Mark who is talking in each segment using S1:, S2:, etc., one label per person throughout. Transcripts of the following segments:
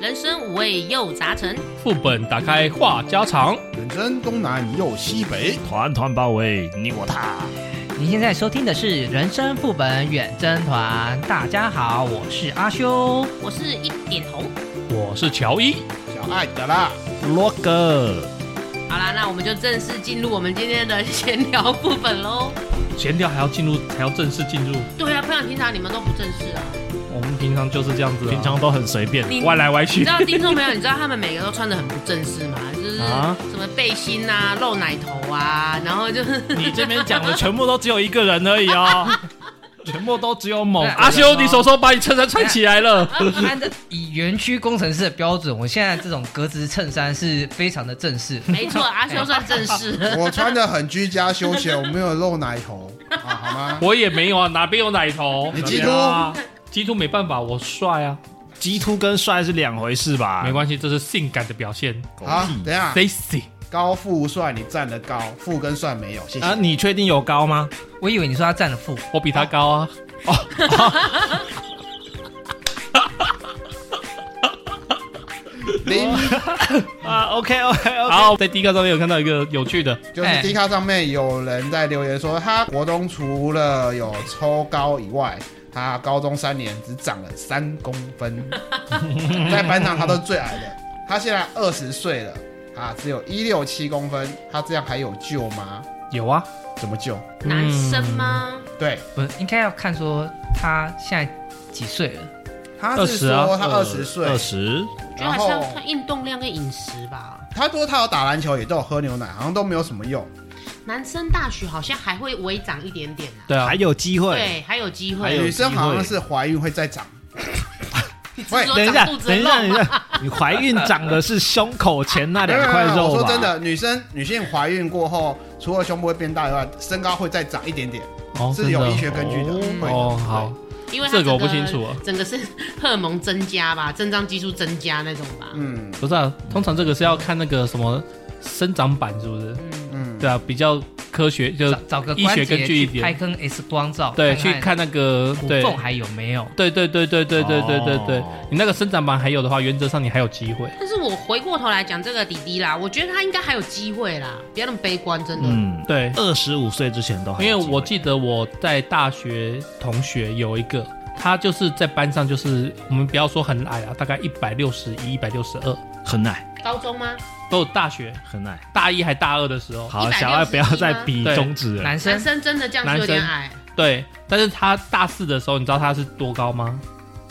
S1: 人生五味又杂陈。
S2: 副本打开话家常，
S3: 远征东南又西北，
S4: 团团包围你我他。
S5: 您现在收听的是《人生副本远征团》，大家好，我是阿修。
S1: 我是一点红。
S2: 我是乔伊。
S3: 小爱的啦。
S4: 罗哥，
S1: 好啦，那我们就正式进入我们今天的闲聊部分喽。
S2: 闲聊还要进入，还要正式进入。
S1: 对啊，不然平常你们都不正式啊。
S2: 我们平常就是这样子、啊，
S4: 平常都很随便
S1: 你，
S2: 歪来歪
S1: 你
S2: 去
S1: 知。道听众朋友，你知道他们每个都穿的很不正式吗？就是
S2: 啊
S1: 什么背心啊、露奶头啊，然后就是
S4: 你这边讲的全部都只有一个人而已哦，全部都只有某个人哦
S2: 哎阿修，你手手把你衬衫穿起来了。
S1: 啊
S5: 按照以园区工程师的标准，我现在这种格子衬衫是非常的正式。
S1: 没错，阿修算正式。
S5: 嗯
S3: 我穿的很居家休闲，我没有露奶头啊，好 吗？
S2: 我也没有啊，哪边有奶头？
S3: 你基督
S2: 哪边啊？基督没办法，我帅啊，
S4: 鸡突跟帅是两回事吧？
S2: 没关系，这是性感的表现
S4: 啊
S3: 好，等一下，
S2: ，sexy。
S3: 高富帅你站得高，富跟帅没有，谢谢。
S4: 啊，你确定有高吗？
S5: 我以为你说他占了负，
S2: 我比他高啊，
S3: 零
S4: 啊，OK OK OK。
S2: 好，在 D 卡上面有看到一个有趣的，
S3: 就是
S5: 哎
S3: D 卡上面有人在留言说，他国中除了有抽高以外，他高中三年只长了三公分，在班上他都是最矮的。他现在二十岁了，啊，只有一六七公分，他这样还有救吗？
S4: 有啊，
S3: 怎么救？
S1: 男生吗？
S3: 对，
S5: 不
S2: 嗯
S5: 是应该要看说他现在几岁了？
S3: 他
S2: 二
S3: 是
S2: 十啊
S3: 说他二十岁
S4: 二，十，
S1: 我觉得
S3: 然
S1: 还是
S3: 后
S1: 要看运动量跟饮食吧。
S3: 他说他有打篮球，也都有喝牛奶，好像都没有什么用。
S1: 男生大学好像还会微长一点点啊。
S2: 对啊
S4: 还，有机会。
S1: 对，还有机
S4: 还
S1: 会。
S4: 有
S3: 女生好像
S4: 机
S3: 是怀孕会再长，
S1: 只是说
S4: 等一
S1: 长
S4: 下，
S1: 肚子的
S4: 等一
S1: 肉
S4: 下，等一
S1: 嘛。
S4: 下，你怀孕长的是胸口前那两 块
S3: 没有没有
S4: 肉
S3: 哎我
S4: 吧？
S3: 说真，的，女生女性怀孕过后，除了胸部会变大以外，身高会再长一点点，
S2: 哦
S3: 是有
S2: 真的
S3: 医学根据的。会的
S2: 哦，好，
S1: 因为它
S2: 这个我
S1: 整
S2: 不清楚啊
S1: 整个是荷尔蒙增加吧，增长激素增加那种吧。
S3: 嗯
S2: 不是啊，通常这个是要看那个什么生长板是不是？
S1: 嗯，
S3: 嗯，
S2: 对啊，比较科学，就
S5: 找找个
S2: 医学
S5: 关
S2: 根
S5: 节
S2: 据一
S5: 去
S2: 点
S5: 拍根 X 光照，
S2: 对，
S5: 看
S2: 去看那个
S5: 骨
S2: 对。
S5: 缝还有没有？
S2: 对对对对对对对对对
S4: 哦，
S2: 你那个生长板还有的话，原则上你还有机会。
S1: 但是我回过头来讲这个弟弟啦，我觉得他应该还有机会啦，不要那么悲观，真的。
S4: 嗯，
S2: 对，
S4: 二十五岁之前都还
S2: 因为
S4: 有机会
S2: 我记得我在大学同学有一个，他就是在班上就是我们不要说很矮啊，大概一百六十一、一百六十二，
S4: 很矮，
S1: 高中吗？
S2: 都有大学
S4: 很矮。
S2: 大一还大二的时候，
S4: 好，
S1: 161
S4: 小爱不要再
S1: 吗
S4: 比
S2: 对
S4: 中指了。
S5: 男生
S1: 男生真的这样
S2: 男
S1: 子
S2: 生
S1: 有点矮，
S2: 对，但是他大四的时候，你知道他是多高吗？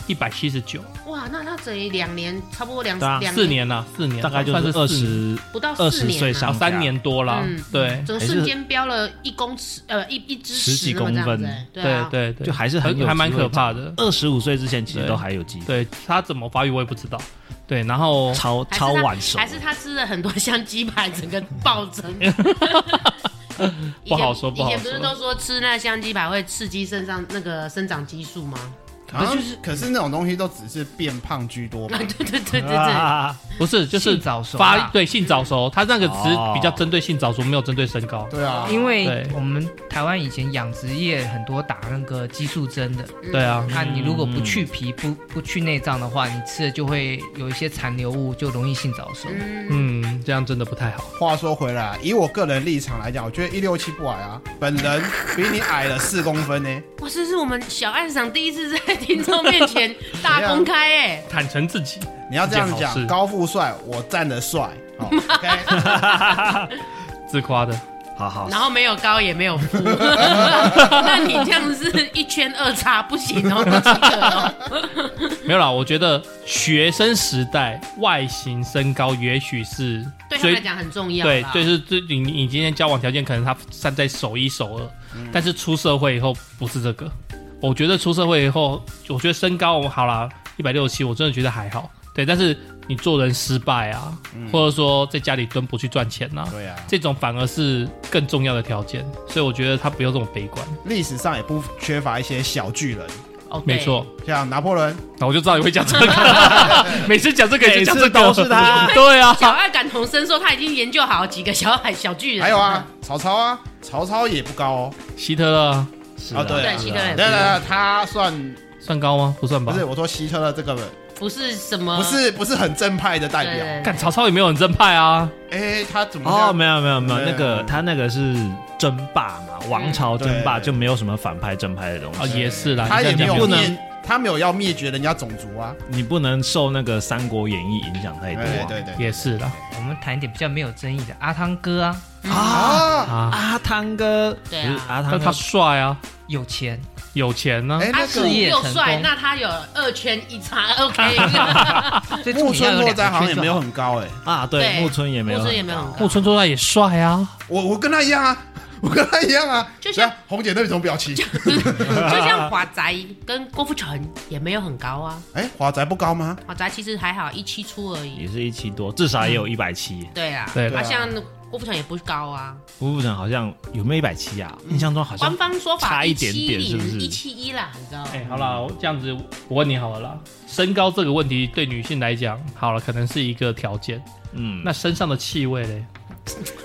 S2: 一百七十九，
S1: 哇，那他这两年差不多两
S4: 对啊
S1: 两
S2: 四年了，四年
S4: 大概就
S2: 算是
S4: 二
S2: 四年，
S4: 十，
S1: 不到
S4: 二
S1: 四
S4: 十
S1: 年
S4: 岁
S1: 啊
S4: 上
S2: 小三年多了
S1: 嗯，
S2: 对
S1: 整个
S4: 还是
S1: 瞬间飙了一公尺，呃，一一只
S4: 十几
S1: 那么这样
S4: 公分
S1: 子欸对
S2: 对
S1: 啊，
S2: 对对，
S4: 就还是很有
S2: 还
S4: 机
S2: 蛮
S4: 会
S2: 可怕
S4: 长
S2: 的。
S4: 二十五岁之前其实都还有机会，
S2: 对他怎么发育我也不知道，对，然后
S4: 超
S1: 还是
S4: 超
S1: 他
S4: 晚熟
S1: 还。是他吃了很多香鸡排，整个暴增。以前
S2: 不好说不好
S1: 以前不是
S2: 说
S1: 都说吃那香鸡排会刺激肾上那个生长激素吗？
S3: 好像可是那种东西都只是变胖居多吧
S1: 啊，对对对对对，
S4: 啊
S2: 不是就是
S5: 性早熟
S2: 发
S5: 啦
S2: 对性早熟，他那个词
S4: 哦
S2: 比较针对性早熟，没有针对身高。
S3: 对啊，
S5: 因为
S2: 对
S5: 我们台湾以前养殖业很多打那个激素针的，
S2: 对啊，
S5: 那你如果不去皮不不去内脏的话，你吃了就会有一些残留物，就容易性早熟。
S1: 嗯，
S2: 嗯，这样真的不太好。
S3: 话说回来，以我个人立场来讲，我觉得一六七不矮啊，本人比你矮了四公分呢、
S1: 哇，这是我们小暗赏第一次在听众面前大公开哎，
S2: 坦诚自己，
S3: 你要这样
S2: 一件好事
S3: 讲，高富帅我站得帅、哦 ，OK，
S2: 自夸的。
S4: 好好，
S1: 然后没有高也没有 富，那你这样是一圈二叉不行哦，不行 哦
S2: 没有啦，我觉得学生时代外形身高也许是
S1: 对他
S2: 追
S1: 们来讲很重要
S2: 对
S1: 啦。，
S2: 就是最你你今天交往条件可能他站在首一首二，但是出社会以后不是这个。我觉得出社会以后，我觉得身高我好啦，一百六十七，我真的觉得还好。对，但是你做人失败啊，或者说在家里蹲不去赚钱呐、啊，
S3: 对啊，
S2: 这种反而是更重要的条件。所以我觉得他不用这么悲观。
S3: 历史上也不缺乏一些小巨人，
S1: 哦，对
S2: 没，错，
S3: 像拿破仑，
S2: 那我就知道你会讲这个，每次讲这个也讲这个，
S4: 每次都是他
S2: 对啊，
S1: 小爱感同身受，他已经研究好几个小矮小巨人，
S3: 还有啊，曹操啊，曹操也不高哦，
S2: 希特勒啊
S4: 是
S3: 啊对
S4: 哎
S1: 对希特勒
S3: 对对对，他算
S2: 算高吗？不算
S3: 不
S2: 吧
S3: 是，。我说希特勒这个
S1: 不是什么，
S3: 不是不是很正派的代
S1: 对
S3: 表。
S1: 对
S2: 看曹操也没有很正派啊，
S3: 哎，他怎么这
S4: 哦，
S3: 样
S4: 没有没有没有，
S3: 对
S4: 那个他那个是争霸嘛，王朝争霸
S3: 对
S4: 就没有什么反派正派的东
S2: 啊
S4: 西，
S2: 也是啦，
S3: 他也
S2: 你这
S3: 没
S2: 样
S3: 有
S2: 讲
S4: 不能
S3: 灭，他没有要灭绝人家种族啊。
S4: 你不能受那个《三国演义》影响太多
S3: 对
S4: 啊。
S3: 对对
S2: 也是啦
S5: 我们谈一点比较没有争议的阿汤哥啊，
S3: 啊！
S2: 啊，
S4: 阿汤哥，
S1: 对啊
S4: 不是阿汤
S2: 但他
S4: 哥，
S2: 帅啊，
S5: 有钱，
S2: 有钱啊呢、
S3: 哎，
S1: 他
S3: 那
S1: 事
S5: 是
S3: 个
S5: 业
S1: 业又
S5: 成
S1: 帅，
S5: 功
S1: 那他有二圈一叉，OK，
S5: 所以重
S3: 啊木
S5: 点
S3: 村
S5: 要有
S3: 拓
S5: 两
S3: 哉好
S5: 个
S3: 像也
S5: 圈
S3: 没有
S5: 就好。
S3: 很高哎，
S4: 啊，对，
S1: 对
S4: 木村也没有
S1: 木
S4: 很，
S1: 村也没有很
S2: 木
S1: 高，
S2: 村拓哉也帅啊，
S3: 我我跟他一样啊， 我跟他一样啊。
S1: 就像
S3: 对啊红姐那种表情，
S1: 就像华仔跟郭富城也没有很高啊，
S3: 哎，华仔不高吗？
S1: 华仔其实还好，一七出而已
S4: 也。是一七多，至少也
S1: 嗯
S4: 有一百七。
S1: 对啦，
S2: 对
S3: 对啊
S1: 啊，像郭富城也不高啊，
S4: 郭富城好像有没有一百七啊？印象中好像
S1: 嗯官方说法
S4: 差一点
S1: 七
S4: 点是不
S1: 零
S4: 是
S1: 一七一啦，你知道吗？
S2: 哎、好啦，我这样子我问你好了啦，身高这个问题对女性来讲，好了，可能是一个条件，
S4: 嗯，
S2: 那身上的气味嘞，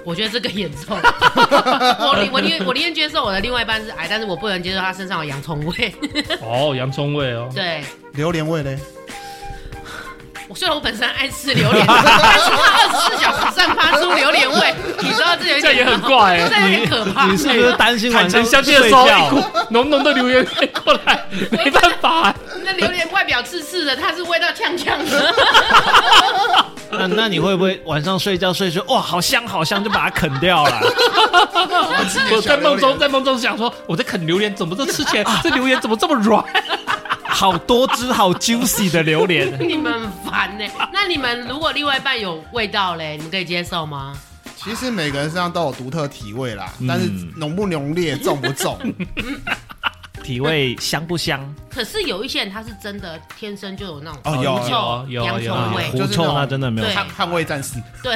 S1: 我觉得这个严重， 我宁我宁我宁愿接受我的另外一半是矮，但是我不能接受他身上有洋葱味。
S2: 哦，洋葱味哦，
S1: 对，
S3: 榴莲味嘞？
S1: 我虽然我本身爱吃榴莲，但是他二十四小时散发出榴莲味，你知道这有一
S2: 这
S1: 点
S2: 也很怪哎、
S1: 这有点可怕。
S4: 你是不是担心晚
S2: 坦
S4: 上
S2: 诚相见的
S4: 睡
S2: 时候，一
S4: 觉？
S2: 股浓浓的榴莲味过来，没办法、
S1: 那榴莲外表刺刺的，它是味道呛呛的。
S4: 那那你会不会晚上睡觉睡睡哇，好香好香，就把它啃掉 了？
S2: 我在梦中，在梦中想说，我在啃榴莲，怎么这吃起来这榴莲怎么这么软？
S4: 好多汁好 juicy 的榴莲，
S1: 你们很烦呢、那你们如果另外一半有味道嘞，你们可以接受吗？
S3: 其实每个人身上都有独特体味啦，
S4: 嗯
S3: 但是浓不浓烈、重不重，
S4: 体味香不香？
S1: 可是有一些人他是真的天生就有那种
S3: 哦
S1: 狐
S3: 有
S1: 臭
S2: 有有
S1: 洋葱
S2: 有
S1: 味
S3: 有。
S4: 狐臭那真的没有
S1: 对
S3: 捍捍卫战士。
S1: 对，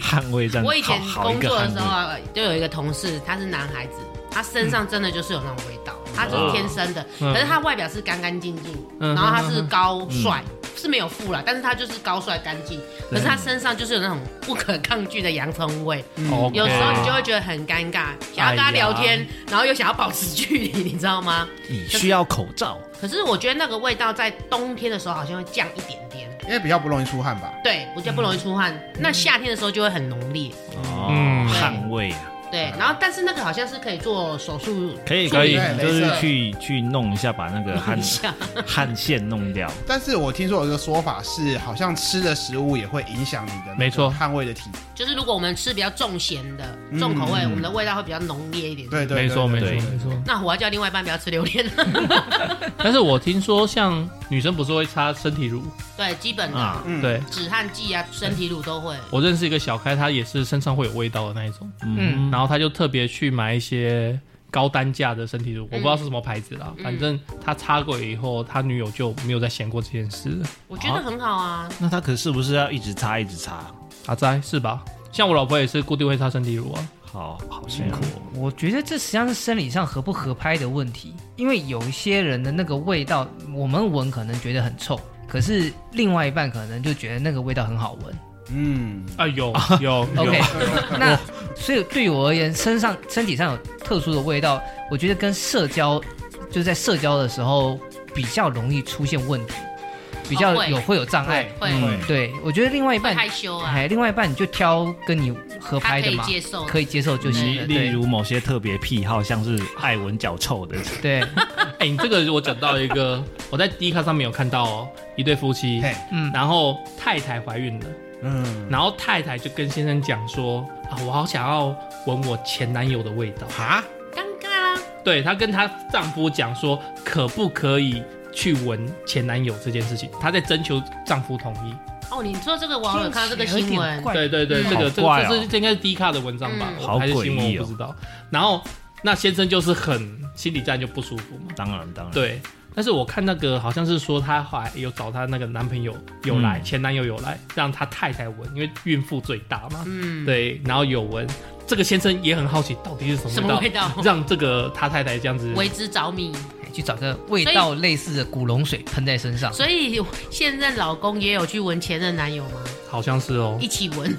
S4: 捍卫战，
S1: 我以前
S4: 好好一
S1: 工
S4: 个
S1: 作的
S4: 捍
S1: 时
S4: 卫
S1: 候啊，就有一个同事，他是男孩子，他身上真的就是有那种味道，他就是天生的，
S2: 嗯
S1: 可是他外表是干干净净，
S2: 嗯
S1: 然后他是高帅。是没有富啦，但是他就是高帅干净，可是他身上就是有那种不可抗拒的洋葱味，
S2: 哦
S1: 有时候你就会觉得很尴尬，想要跟他
S2: 哎
S1: 聊天，然后又想要保持距离，你知道吗？
S4: 你需要口罩，
S1: 可是我觉得那个味道在冬天的时候好像会降一点点，
S3: 因为比较不容易出汗吧。
S1: 对，我就不容易出汗。那夏天的时候就会很浓烈，
S4: 哦
S2: 嗯，
S4: 捍卫啊，
S1: 对，然后但是那个好像是可以做手术，
S4: 可以
S1: 处理
S4: 可以，
S1: 的
S4: 你就是去去弄一下，把那个汗
S1: 一下，
S4: 汗腺弄掉。
S3: 但是我听说有一个说法是，好像吃的食物也会影响你的那个
S2: 没错
S3: 汗味的体。
S1: 就是如果我们吃比较重咸的、重口味，我们的味道会比较浓烈一点。
S3: 对对，
S2: 没错没
S3: 对
S2: 错
S3: 对
S4: 对
S2: 没错。
S1: 那我要叫另外一半不要吃榴莲，
S2: 但是我听说，像女生不是会擦身体乳？
S1: 对，基本
S4: 啊
S1: 的
S3: 嗯，
S2: 对
S1: 止汗剂啊、身体乳都会。
S2: 我认识一个小开，他也是身上会有味道的那一种，
S4: 嗯，
S2: 然后他就特别去买一些高单价的身体乳，我不知道是什么牌子啦，反正他擦过以后，他女友就没有再嫌过这件事了。
S1: 我觉得很好啊，
S4: 那他可是不是要一直擦一直擦？
S2: 阿斋是吧？像我老婆也是固定会擦身体乳啊，
S4: 好好辛苦哦。
S5: 我觉得这实际上是生理上合不合拍的问题，因为有一些人的那个味道，我们闻可能觉得很臭，可是另外一半可能就觉得那个味道很好闻。
S3: 嗯，
S2: 啊 有有
S5: OK，
S2: 有，
S5: 那所以对我而言，身上身体上有特殊的味道，我觉得跟社交，就是在社交的时候比较容易出现问题，比较
S1: 哦会
S5: 有会有障碍。
S1: 会
S4: 嗯
S5: 对，我觉得另外一
S1: 会
S5: 半，
S1: 害羞啊，
S5: 哎，另外一半你就挑跟你合
S1: 他
S5: 拍
S1: 可
S5: 的
S1: 以
S5: 嘛，
S1: 接受。
S5: 可以接受就行
S4: 例
S5: 了。
S4: 嗯例
S5: 对
S4: 如某些特别癖好，像是爱闻脚臭的，
S5: 对，
S2: 哎、你这个我讲到一个，我在 D 卡上面有看到哦，一对夫妻，
S3: 嘿，
S5: 嗯，
S2: 然后太太怀孕了，
S3: 嗯，
S2: 然后太太就跟先生讲说啊，我好想要闻我前男友的味道。
S3: 哈，
S1: 尴尬啊啦，
S2: 对她跟她丈夫讲说，可不可以去闻前男友这件事情，她在征求丈夫同意。
S1: 哦，你说这个网友看到这个新闻，
S2: 对对对，
S1: 嗯
S2: 这个
S4: 哎好怪哦
S2: 这个这是这应该是 D 卡的文章吧，
S1: 嗯
S2: 我还是
S4: 好诡
S2: 新闻
S4: 异哦
S2: 我不知道。然后那先生就是很心理战就不舒服嘛，
S4: 当然当然，，
S2: 对，但是我看那个好像是说她还有找她那个男朋友有来，
S4: 嗯
S2: 前男友有来，让她太太闻，因为孕妇最大嘛。
S1: 嗯，，
S2: 对，然后有闻，这个先生也很好奇到底是什
S1: 什
S2: 么味
S1: 么
S2: 道，
S1: 味道？
S2: 让这个他太太这样子
S1: 为之着迷，
S5: 去找个味道类似的古龙水喷在身上。
S1: 所以现任老公也有去闻前任男友吗？
S2: 好像是哦
S1: 一，起闻，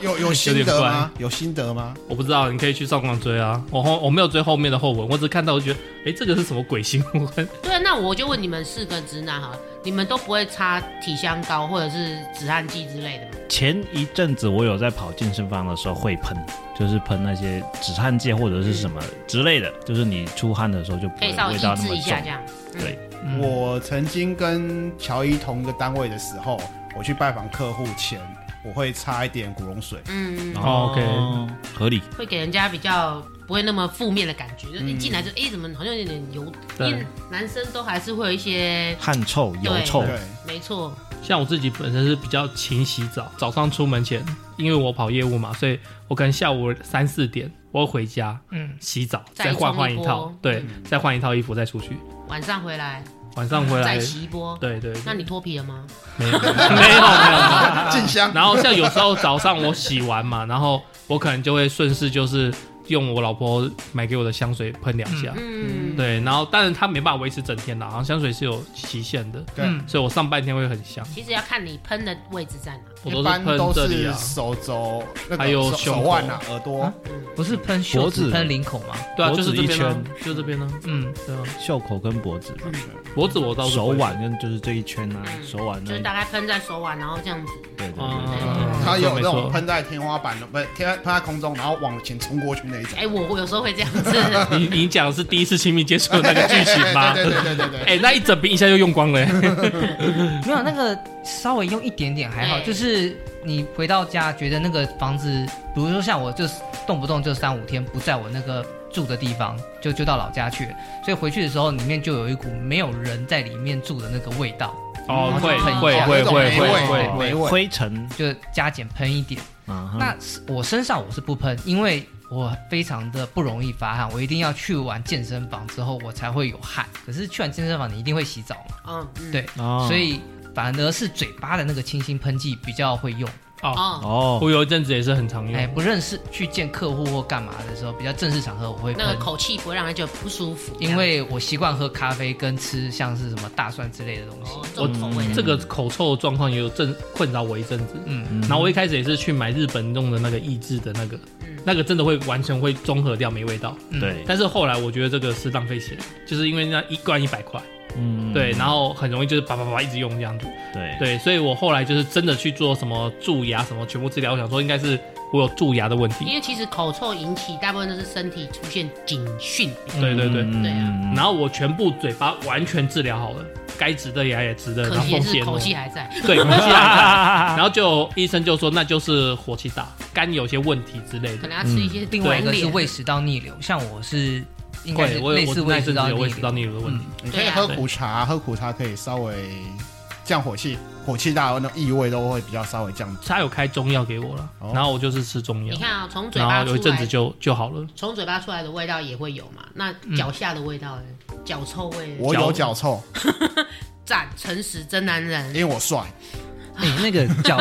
S3: 有有心得吗？有心得吗？
S2: 我不知道，你可以去上网追啊。我后我没有追后面的后文，我只看到我就觉得，哎、这个是什么鬼新闻？
S1: 对，啊那我就问你们四个直男哈，你们都不会擦体香膏或者是止汗剂之类的吗？
S4: 前一阵子我有在跑健身房的时候会喷，就是喷那些止汗剂或者是什么之类的，就是你出汗的时候就不
S1: 可
S4: 会
S1: 以稍微
S4: 味
S1: 抑
S4: 道那
S1: 制
S4: 么
S1: 一
S4: 重
S1: 下这。样。
S4: 对，
S2: 嗯
S3: 我曾经跟乔伊同一个单位的时候，我去拜访客户前，我会擦一点古龙水。
S1: 嗯，
S2: 哦，OK
S4: 合理。
S1: 会给人家比较不会那么负面的感觉，就是一进来就哎、诶怎么好像有点油？
S2: 对
S1: 因为男生都还是会有一些，
S4: 汗臭、油
S1: 对
S4: 臭，
S3: 对，
S1: 没错，
S2: 像我自己本身是比较勤洗澡，早上出门前，因为我跑业务嘛，所以我可能下午三四点我会回家
S5: 嗯，
S2: 洗澡，
S1: 再
S2: 再
S1: 冲
S2: 换
S1: 一
S2: 换一
S1: 波
S2: 套，对，再换一套衣服再出去，
S1: 晚上回来
S2: 晚上回来
S1: 嗯再，洗一波。
S2: 对对，对
S1: 那你脱皮了吗？
S2: 没有 没有没有。
S3: 静香。
S2: 然后像有时候早上我洗完嘛，然后我可能就会顺势就是用我老婆买给我的香水喷两下，
S1: 嗯，
S2: 啊对，然后但是它没办法维持整天啦，好像香水是有期限的，
S3: 对，
S5: 嗯
S2: 所以我上半天会很香，
S1: 其实要看你喷的位置在哪。
S2: 我
S3: 一
S2: 都
S3: 般
S2: 喷
S3: 都
S2: 这里
S3: 是
S2: 啊，
S3: 手肘，那个
S2: 还有
S3: 手
S2: 胸
S3: 手
S2: 口
S3: 腕啊，耳朵。
S5: 不是喷袖
S4: 脖
S5: 子
S4: 子
S5: 喷领口吗？
S2: 对啊，
S4: 脖
S2: 就
S4: 子
S2: 是这边
S4: 一
S2: 啊
S4: 圈，
S2: 就是这边啊，
S5: 嗯，
S2: 对啊，
S4: 袖口跟脖子吧，
S2: 脖子我倒是
S4: 手
S2: 不会，
S4: 腕跟就是这一圈啊，
S1: 嗯
S4: 手腕
S1: 就
S4: 那
S1: 是
S4: 一
S1: 大概喷在手腕，然后这样子。
S4: 对对
S2: 嗯
S4: 对
S3: 它有那
S2: 没
S3: 种
S2: 错
S3: 喷在天花板的，不是天喷在空中，然后往前冲过去那一种。
S1: 哎、我我有时候会这样 子。
S2: 你你讲的是第一次亲密接触的那个剧情吗？
S3: 对对对对 对对。
S2: 哎，那一整瓶一下就用光了，哎
S4: 嗯
S5: 没有那个稍微用一点点还好，
S1: 对
S5: 就是你回到家觉得那个房子，比如说像我就是动不动就三五天不在我那个住的地方，就就到老家去了，所以回去的时候里面就有一股没有人在里面住的那个味道，
S2: 哦，
S3: 嗯
S2: 会
S5: 喷一下
S2: 会
S3: 有
S2: 会
S3: 一种
S2: 会
S3: 霉味
S2: 会会
S3: 霉
S4: 对，
S3: 味。
S4: 灰尘
S5: 就加减喷一点。
S4: 啊，
S5: 那是我身上我是不喷，因为我非常的不容易发汗，我一定要去完健身房之后我才会有汗。可是去完健身房你一定会洗澡嘛，
S1: 嗯，嗯
S5: 对
S4: 哦
S5: 所以反而是嘴巴的那个清新喷剂比较会用。
S1: 哦，
S4: 哦，
S2: 我有一阵子也是很常
S5: 哎，
S2: 用，
S5: 不认识去见客户或干嘛的时候，比较正式场合我会
S1: 那个
S5: 喷，
S1: 口气不会让人觉得不舒服，
S5: 因为我习惯喝咖啡跟吃像是什么大蒜之类的东西。
S1: 哦重口味的。
S2: 这个口臭的状况也有阵困扰我一阵子，
S5: 嗯，
S4: 嗯
S2: 然后我一开始也是去买日本用的那个抑制的那个
S1: 嗯，
S2: 那个真的会完全会中和掉，没味道。
S5: 嗯，
S4: 对，
S2: 但是后来我觉得这个是浪费钱，就是因为那一罐一百块，
S4: 嗯
S2: 对，然后很容易就是叭叭叭一直用这样子，
S4: 对
S2: 对，所以我后来就是真的去做什么蛀牙什么全部治疗，我想说应该是我有蛀牙的问
S1: 因
S2: 题，
S1: 为其实口臭引起大部分都是身体出现警讯，
S2: 对对对，
S1: 对啊
S4: 嗯
S2: 然后我全部嘴巴完全治疗好了，该植的牙也植呃了，然
S1: 可
S2: 后哦
S1: 惜
S2: 缝
S1: 也
S2: 隙也
S1: 是
S2: 弄
S1: 口
S2: 了
S1: 气还在。
S2: 对， 缝隙还在然后就医生就说那就是火气大，肝有些问题之类
S1: 可
S2: 的。
S1: 能要吃一些
S5: 另外一个
S1: 对
S5: 是胃食道逆流，像我是应该
S2: 对，
S5: 是
S2: 我有
S5: 类
S2: 我
S5: 似
S2: 那
S5: 胃
S2: 一
S5: 食
S2: 阵
S5: 道
S2: 子有
S5: 逆
S2: 胃食道
S5: 流。
S2: 逆流的问题
S5: 嗯，
S3: 你可以喝苦茶，喝苦茶可以稍微降火气，火气大那异味都会比较稍微降。
S2: 他有开中药给我了
S3: 哦，
S2: 然后我就是吃中药
S1: 你，看啊，从嘴
S2: 然
S1: 巴
S2: 后有一
S1: 出
S2: 阵子
S1: 来，
S2: 就就好了。
S1: 从嘴巴出来的味道也会有嘛。那脚下的味道呢，脚臭味，
S3: 我有脚臭，
S1: 赞，诚实真男
S3: 因
S1: 人。
S3: 为我帅。
S5: 哎，那个脚，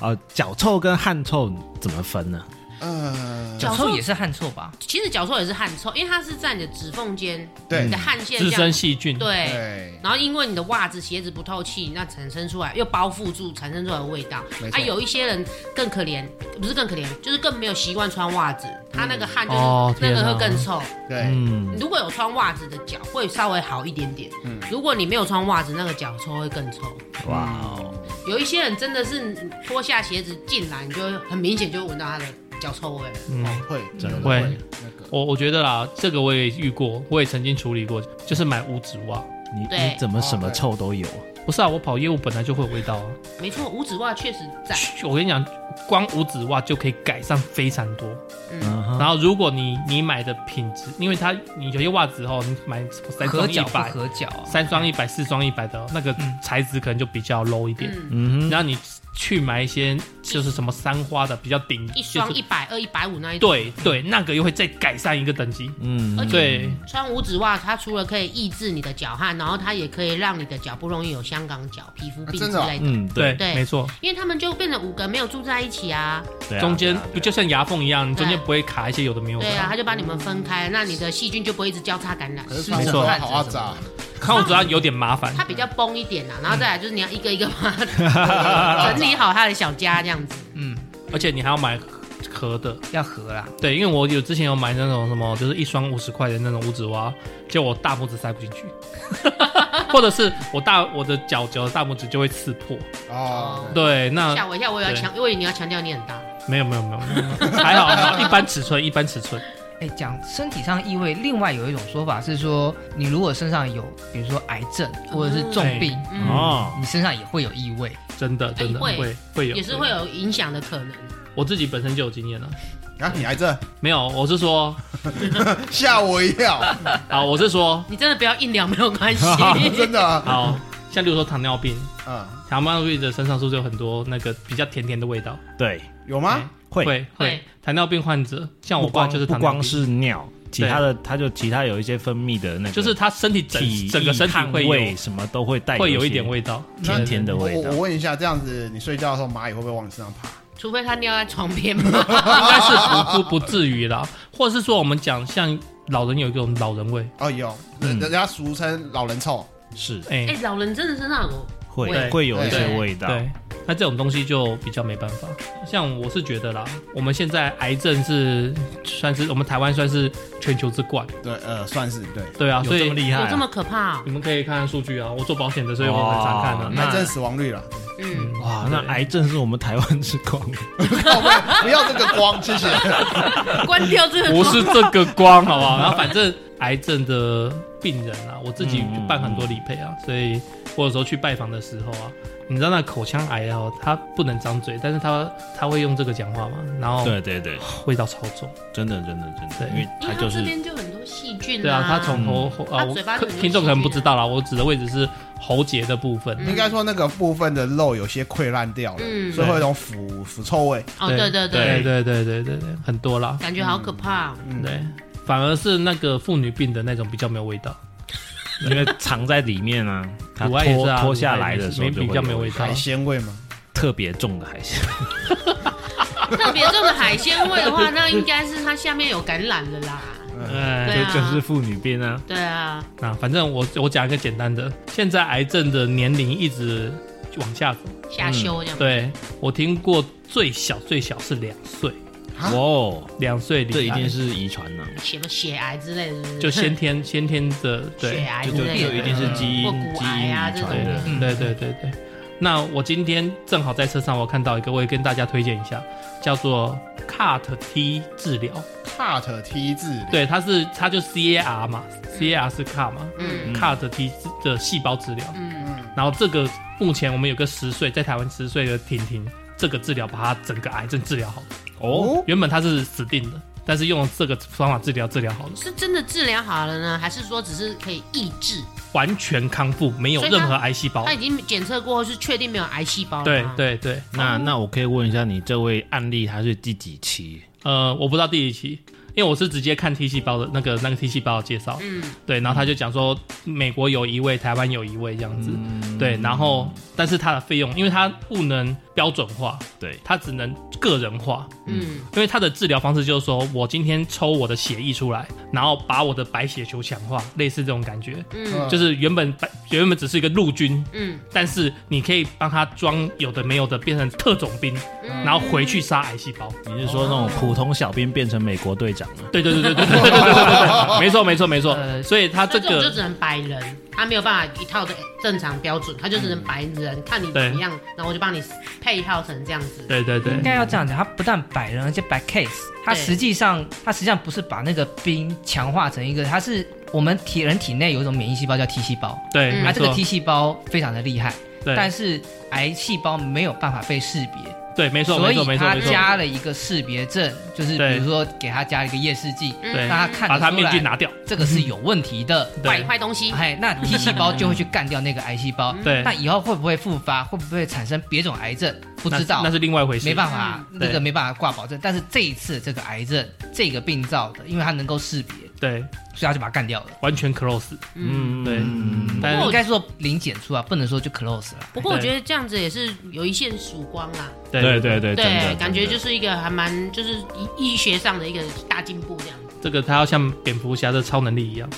S4: 啊，脚臭跟汗臭怎么分呢？
S3: 呃，
S5: 脚臭也是汗臭吧？
S1: 其实脚臭也是汗臭，因为它是在你的指缝间，
S3: 对
S1: 你的汗腺
S2: 滋
S1: 这样
S2: 生细菌，
S1: 对。
S3: 对，
S1: 然后因为你的袜子、鞋子不透气，那产生出来又包覆住，产生出来的味道
S3: 没。错
S1: 啊，有一些人更可怜，不是更可怜，就是更没有习惯穿袜子，他那个汗就是、
S2: 哦
S1: 那
S2: 天
S1: 个
S2: 啊
S1: 会更臭。
S3: 对，
S4: 嗯，
S1: 如果有穿袜子的脚会稍微好一点点，
S2: 嗯
S3: 嗯
S1: 如果你没有穿袜子，那个脚臭会更臭。
S4: 哇哦，
S1: 有一些人真的是你脱下鞋子进来，你就会很明显就闻到他的脚臭味了。哦
S2: 嗯，
S3: 会
S4: 真的
S2: 会
S3: 会那个。
S2: 我我觉得啦，这个我也遇过，我也曾经处理过，就是买五指袜。
S4: 你
S1: 对
S4: 你怎么什么臭都有？
S2: 不是啊，我跑业务本来就会有味道啊。
S1: 没错，五指袜确实在，
S2: 我跟你讲，光五指袜就可以改善非常多。
S1: 嗯，
S4: 嗯哼，
S2: 然后如果你你买的品质，因为它你有些袜子哦，你买什么三
S5: 合
S2: 双一
S5: 脚不
S2: 百、
S5: 合脚啊？
S2: 三双一百、四双一百的哦那个材质可能就比较 low 一点。
S1: 嗯，
S4: 嗯
S2: 然后你去买一些就是什么三花的比较顶，
S1: 一双
S2: 就是
S1: 一百二、一百五那一种。
S2: 对对，那个又会再改善一个等级。
S4: 嗯，
S1: 而且
S2: 对，
S1: 穿五指袜，它除了可以抑制你的脚汗，然后它也可以让你的脚不容易有香港脚、皮肤病
S3: 啊真
S1: 之
S3: 的哦
S1: 类的，
S4: 嗯，
S2: 对，
S1: 对
S2: 没错，
S1: 因为他们就变成五个没有住在一起啊，
S4: 对啊
S2: 中间
S4: 对啊
S2: 不
S4: 对啊
S2: 就像牙缝一样，你中间
S1: 对
S2: 不会卡一些有的没有的。
S1: 对啊，他就把你们分开，那你的细菌就不会一直交叉感染
S3: 可。是
S2: 没
S3: 防
S2: 错
S3: 火好啊阿杂，
S2: 看我主要有点麻烦，
S1: 它比较崩一点啊，然后再来就是你要一个一个把 它整理好他的 小家这样子。
S5: 嗯，
S2: 而且你还要买壳的。
S5: 要合啦，
S2: 对，因为我有之前有买那种什么，就是一双五十块的那种五指蛙，结果我大拇指塞不进去， 或者是我大我的脚脚的大拇指就会刺破。
S3: 哦，
S2: 对，那
S1: 吓我一跳，我以为要强，因为你要强调你很大。
S2: 没有没有没有，没有 还好还好，一般尺寸一般尺寸。
S5: 哎，讲身体上异味，另外有一种说法是说，你如果身上有，比如说癌症
S2: 嗯
S5: 或者是重病，
S1: 嗯，
S4: 哦，
S5: 你身上也会有异味。
S2: 真的真的
S1: 哎会
S2: 会会有，
S1: 也是会。有影响的可能。
S2: 我自己本身就有经验了，
S3: 然后你癌症
S2: 没有，我 是说
S3: 吓我一跳，
S2: 啊，我是说
S1: 你真的不要硬聊，没有关 系。
S3: 真的啊，
S2: 好，像例如说糖尿病，
S3: 嗯，
S2: 糖尿病的身上是不是有很多那个比较甜甜的味道？
S4: 啊对，
S3: 有吗？
S4: 会，
S2: 会
S1: 会，
S2: 糖尿病患者，像我
S4: 不
S2: 爸
S4: 光
S2: 就是
S4: 不
S2: 糖尿
S4: 光
S2: 病，
S4: 是尿，其他的他就其他有一些分泌的那个，
S2: 就是他身体整
S4: 体
S2: 整个身体
S4: 液
S2: 会
S4: 汗味
S2: 有
S4: 什么都会带，
S2: 会有一点，味道，
S4: 甜甜的
S3: 我
S4: 味
S3: 我
S4: 道
S3: 我。问一下，这样子你睡觉的时候蚂蚁会不会往你身上爬？
S1: 除非他尿在床边 吧。
S2: 应该是不不不至于啦，或者是说我们讲像老人有一种老人味，
S3: 哦，有，人
S4: 嗯
S3: 人家俗称老人臭，
S4: 是
S2: 哎
S1: 哎、，老人真的身上有，
S4: 会
S2: 对
S4: 会有一
S1: 对
S4: 些味道，
S2: 对，那这种东西就比较没办法。像我是觉得啦，我们现在癌症是算是我们台湾算是全球之冠，
S3: 对，呃，算是对，
S2: 对啊，
S4: 有
S2: 所
S4: 这
S2: 以
S4: 么厉害
S1: 有这
S4: 啊？
S1: 么可怕、哦？
S2: 你们可以看看数据啊，我做保险的，所以我很常看的、
S4: 哦
S2: 那
S3: 癌症死亡率了，
S1: 嗯，
S4: 哇，那癌症是我们台湾之 光，
S3: 靠背哦不要这个光，谢谢。
S1: 关掉这个
S2: 不是这个光，好不好？ 然后反正癌症的病人啊，我自己
S4: 嗯嗯
S2: 办很多理赔啊，所以我有时候去拜访的时候啊，你知道那口腔癌哦，他不能张嘴，但是他他会用这个讲话嘛，然后
S4: 对对对，
S2: 味道超重，
S4: 真的真的真
S2: 对
S4: 的，因为
S1: 因为
S4: 它
S1: 他
S4: 就
S1: 这
S4: 是
S1: 边就很多细菌、
S2: 对啊，他从喉喉啊，
S1: 他
S2: 我
S1: 嘴巴
S2: 可
S1: 里面
S2: 听众可能
S1: 细菌啊
S2: 不知道啦，我指的位置是喉结的部分，
S1: 嗯
S3: 应该说那个部分的肉有些溃烂掉了，
S1: 嗯
S3: 所以会有一种腐腐臭味。
S1: 哦，对对
S2: 对
S1: 对，
S2: 对对对对对，很多啦，
S1: 感觉好可怕、 哦。
S3: 嗯，
S2: 对，反而是那个妇女病的那种比较没有味道，
S4: 因为藏在里 面啊，它
S2: 乳癌也是
S4: 脱
S2: 啊，
S4: 脱下
S2: 乳癌
S4: 来
S2: 也
S4: 的
S2: 是
S4: 时候
S2: 没
S4: 就
S2: 比较没有
S4: 味
S2: 味
S4: 道，
S2: 道
S3: 海，鲜味嘛，
S4: 特别重的海 鲜，
S1: 特别重的海鲜味的话，那应该是它下面有感染的啦。
S2: 哎
S1: 对啊
S4: 就是妇女病啊，
S1: 对啊，
S2: 那反正我我讲一个简单的，现在癌症的年龄一直往下走。
S1: 下修这样。
S2: 嗯对我听过最小最小是两岁，
S3: 啊
S4: 哇哦，
S2: 两岁里
S4: 这一定是遗传啊呐，
S1: 什么血癌之类的是不是，
S2: 就先天先天的
S1: 血
S2: 对。
S1: 癌
S4: 就
S1: 之
S4: 就
S1: 类
S2: 啊
S1: 的，
S4: 就一定是基
S1: 或
S4: 因
S1: 骨
S4: 基
S1: 癌
S4: 因
S1: 啊
S4: 遗
S1: 这种
S4: 传的
S1: 的。
S2: 对对对对。那我今天正好在车上，我看到一个，我也跟大家推荐一下，叫做 CAR T 治疗。
S3: cut T 字，
S2: 对，它是它就 CAR 嘛，CAR 是 CAR 嘛、
S1: 嗯
S4: 嗯
S2: c a r T 治的细胞治疗。
S1: 嗯，
S2: 然后这个目前我们有个十岁在台湾十岁的婷婷，这个治疗把她整个癌症治疗好。
S4: 哦，
S2: 原本她是死定的，但是用这个方法治疗治疗好了，
S1: 是真的治疗好了呢，还是说只是可以抑制？
S2: 完全康复，没有
S1: 所以她
S2: 任何癌细胞
S1: 他。已经检测过后是确定没有癌细胞了
S2: 对
S1: 吗，
S2: 哦对对，
S4: 那那我可以问一下，你这位案例他是第几期？
S2: 呃，我不知道第几期，因为我是直接看 T 细胞的那个那个 T 细胞的介绍，
S1: 嗯，
S2: 对，然后他就讲说美国有一位，台湾有一位这样子，对，然后但是它的费用，因为它不能标准化，
S4: 对，
S2: 它只能个人化，
S1: 嗯
S2: 因为它的治疗方式就是说我今天抽我的血液出来，然后把我的白血球强化，类似这种感觉，
S1: 嗯
S2: 就是原本白原本只是一个陆军，
S1: 嗯
S2: 但是你可以帮他装有的没有的，变成特种兵，
S1: 嗯
S2: 然后回去杀癌细胞。
S4: 你是说那种普通小兵变成美国队长了？
S2: 对对对对对对对对对对对，没错没错没错。
S5: 呃
S2: 所以他啊这
S1: 那种就
S2: 个
S1: 只能白人，他没有办法一套的正常标准，他就只能白人，看你怎么样，然后我就帮你配套成这样子。
S2: 对对对
S5: 应该要这样讲，它不但摆人，而且摆 case，它
S1: 对
S5: 实际上它实际上不是把那个冰强化成一个，它是我们体人体内有一种免疫细胞叫 T 细胞，
S2: 对，
S1: 嗯
S5: 它
S2: 没
S5: 这个
S2: 错
S5: T 细胞非常的厉害，但
S2: 对
S5: 是癌细胞没有办法被识别，
S2: 对没错
S5: 所
S2: 没
S5: 以
S2: 错没错
S5: 它
S2: 没错。
S5: 加了一个识别证，就是
S2: 对
S5: 比如说给它加了一个夜视剂，
S1: 嗯
S2: 对
S5: 让它看
S2: 把
S5: 得
S2: 他
S5: 出
S2: 面具
S5: 来
S2: 拿掉，
S5: 这个是有问题的。
S1: 坏
S2: 对
S1: 坏东西，
S5: 哎，那 T 细
S2: 嗯
S5: 胞就会去干掉那个癌细胞，
S2: 对，
S5: 那以后会不会复发？会不会产生别种癌症？不知道
S2: 那，那是另外一回事。
S5: 没办法，那
S2: 对
S5: 个没办法挂保证。但是这一次这个癌症这个病灶的，因为它能够识别，
S2: 对
S5: 所以他就把它干掉了。
S2: 完全 close。
S1: 嗯
S2: 嗯，对，
S4: 嗯
S2: 但
S5: 应该说零检出啊，不能说就 close 了。
S1: 不过我觉得这样子也是有一线曙光啦，
S2: 对
S4: 对对对，真的
S1: 对，感觉
S4: 真的
S1: 就是一个还蛮就是医医学上的一个大进步这样 子。
S2: 这个他要像蝙蝠侠的超能力一样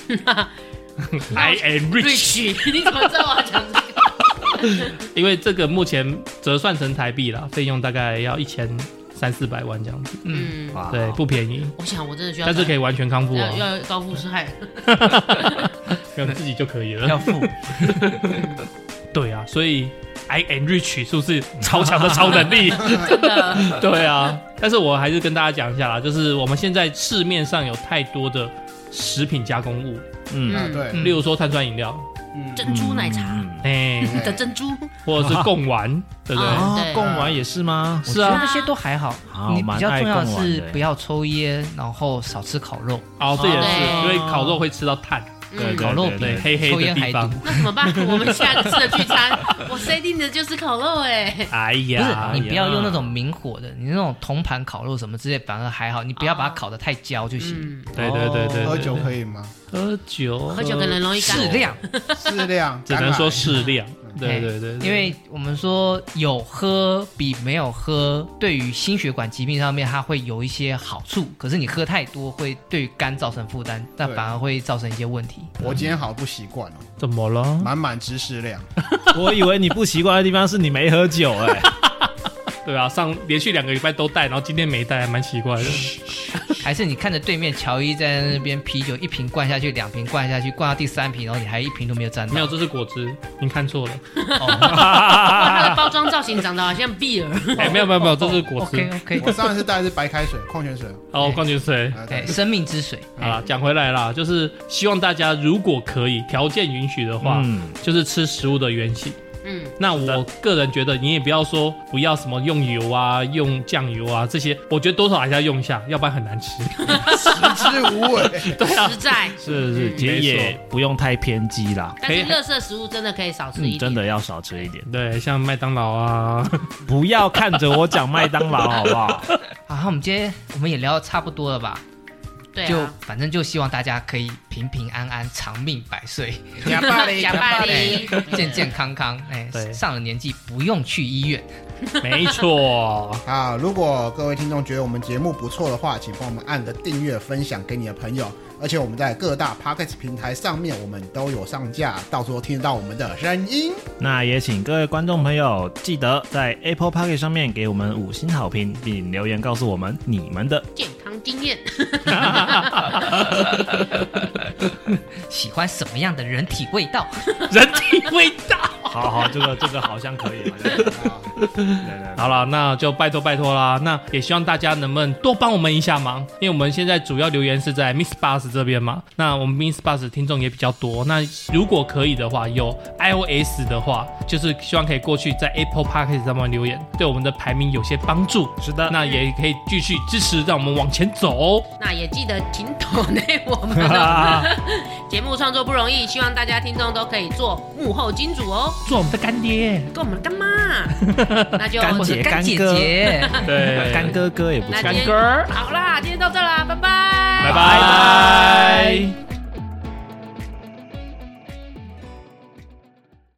S2: ，I am rich，
S1: Rich，你怎么知道我要讲这个？
S2: 因为这个目前折算成台币啦，费用大概要一千三四百万这样子，
S5: 嗯，
S1: 嗯，
S4: 哇
S2: 对，不便宜，
S1: 我想我真的需要找，
S2: 但是可以完全康复
S1: 要
S2: 哦，
S1: 要高富帅。
S2: 用自己就可以
S5: 要
S2: 了。
S5: 付。
S2: 对啊，所以 I am rich 是不是超强的超能 力？
S1: 真的，
S2: 对啊，但是我还是跟大家讲一下啦，就是我们现在市面上有太多的食品加工物，
S4: 嗯
S1: 嗯
S3: 啊，对，
S5: 嗯
S2: 例如说碳酸饮料，
S3: 嗯，
S1: 珍珠奶茶
S4: 嗯嗯
S2: 哎、
S3: 嗯
S1: 的珍珠，
S2: 或者是贡丸， 对不对？
S5: 哦
S1: 啊
S4: 啊
S1: 对，
S4: 贡丸也是吗？
S2: 是
S5: 我觉
S2: 啊
S5: 得，那些都还好
S4: 啊，
S5: 你
S4: 我蛮
S5: 比较重要
S4: 爱
S5: 的
S4: 贡丸
S5: 是
S4: 的
S5: 不要抽烟，然后少吃烤肉，
S2: 哦，这也
S1: 对
S2: 是，因为烤肉会吃到碳，
S4: 对
S1: 嗯
S4: 对
S5: 烤肉
S2: 对，
S4: 对
S2: 黑黑
S5: 抽
S2: 的
S5: 烟
S2: 地
S5: 还
S2: 方
S5: 毒。。
S1: 那怎么办？ 我们下一次的聚餐，我 say 定的就是烤肉哎。
S2: 哎
S5: 不是
S2: 呀，
S5: 你不要用那种明火的，你那种铜盘烤肉什么之类，反而还好。你不要把它烤得太焦就行，
S1: 嗯，
S2: 哎对对对对对，
S3: 哦喝酒
S2: 以
S3: 可以吗？
S2: 喝酒，
S1: 喝酒可能容易干。
S5: 适量。
S3: 适量，
S2: 只能说
S3: 干
S2: 适量。对
S5: 哎
S2: 对对，对
S5: 因为我们说有喝比没有喝，对于心血管疾病上面它会有一些好处，可是你喝太多会对于肝造成负担，但
S3: 对
S5: 反而会造成一些 问题。
S3: 奶我今天好不习惯哦，
S2: 怎么了？
S3: 满满知识量，
S4: 我以为你不习惯的地方是你没喝酒哎，
S2: 对啊，上连续两个礼拜都带，然后今天没带，还蛮奇怪的。
S5: 还是你看着对面乔伊在那边啤酒一瓶灌下去，两瓶灌下去，灌到第三瓶，然后你还一瓶都没有沾到。
S2: 没有，这是果汁，你看错 了。
S1: 哇它的包装造型长得好像 b 尔，
S2: 哎，没有没有没有，这是
S4: 哦
S2: 果
S5: OK
S2: 汁。
S5: OK，
S3: 我上一次带的是白开水、矿泉水，
S2: 哦，矿泉水。
S3: 啊
S5: 哎，
S3: 对，
S5: 生命之水，哎
S2: 好啦，讲回来啦，就是希望大家如果可以，条件允许的话，
S4: 嗯，
S2: 就是吃食物的原型。
S1: 嗯，
S2: 那
S4: 的
S2: 我个人觉得，你也不要说不要什么用油啊、用酱油啊这些，我觉得多少还是要用一下，要不然很难吃。 啊
S3: 食之无味。
S1: 实在。
S4: 是是，其实
S2: 没错
S4: 也不用太偏激啦，
S1: 但是垃圾食物真的可以少吃一点，
S4: 嗯，真的要少吃一点，
S2: 对，像麦当劳啊，
S4: 不要看着我讲麦当劳好不好？
S5: 好，我们今天我们也聊得差不多了吧？
S1: 对
S5: 就
S1: 啊，
S5: 反正就希望大家可以平平安安、长命百岁、哎
S3: 假巴 黎，
S1: 假巴黎，
S5: 健健康康。哎，
S2: 对
S5: 上了年纪不用去医院。
S2: 没错，
S3: 啊！如果各位听众觉得我们节目不错的话，请帮我们按个订阅、分享给你的朋友。而且我们在各大 p o c k e t 平台上面，我们都有上架，到时候听得到我们的声音。
S4: 那也请各位观众朋友记得在 Apple Park 上面给我们五星好评，并留言告诉我们你们的。
S1: 健康经验。
S5: 喜欢什么样的人体味道？
S2: 人体味道。
S4: 好好，这个这个好像可以，好像可以来来来
S2: 好了，那就拜托拜托啦。那也希望大家能不能多帮我们一下忙，因为我们现在主要留言是在 Miss Bus 这边嘛。那我们 Miss Bus 听众也比较多。那如果可以的话，有 iOS 的话，就是希望可以过去在 Apple Podcast 上面留言，对我们的排名有些帮助。
S4: 是的，
S2: 那也可以继续支持，让我们往前走。
S1: 那也记得请抖内我们 哦。节目创作不容易，希望大家听众都可以做幕后金主哦，
S2: 做我们的干爹。
S1: 跟我们干妈。那就
S4: 干
S5: 我是
S4: 姐
S5: 干姐
S4: 干哥
S5: 姐。
S2: 对
S4: 干哥哥也不
S1: 那
S4: 错
S1: 今。天
S2: 干哥儿
S1: 好啦，今天到这啦，拜拜，
S2: 拜拜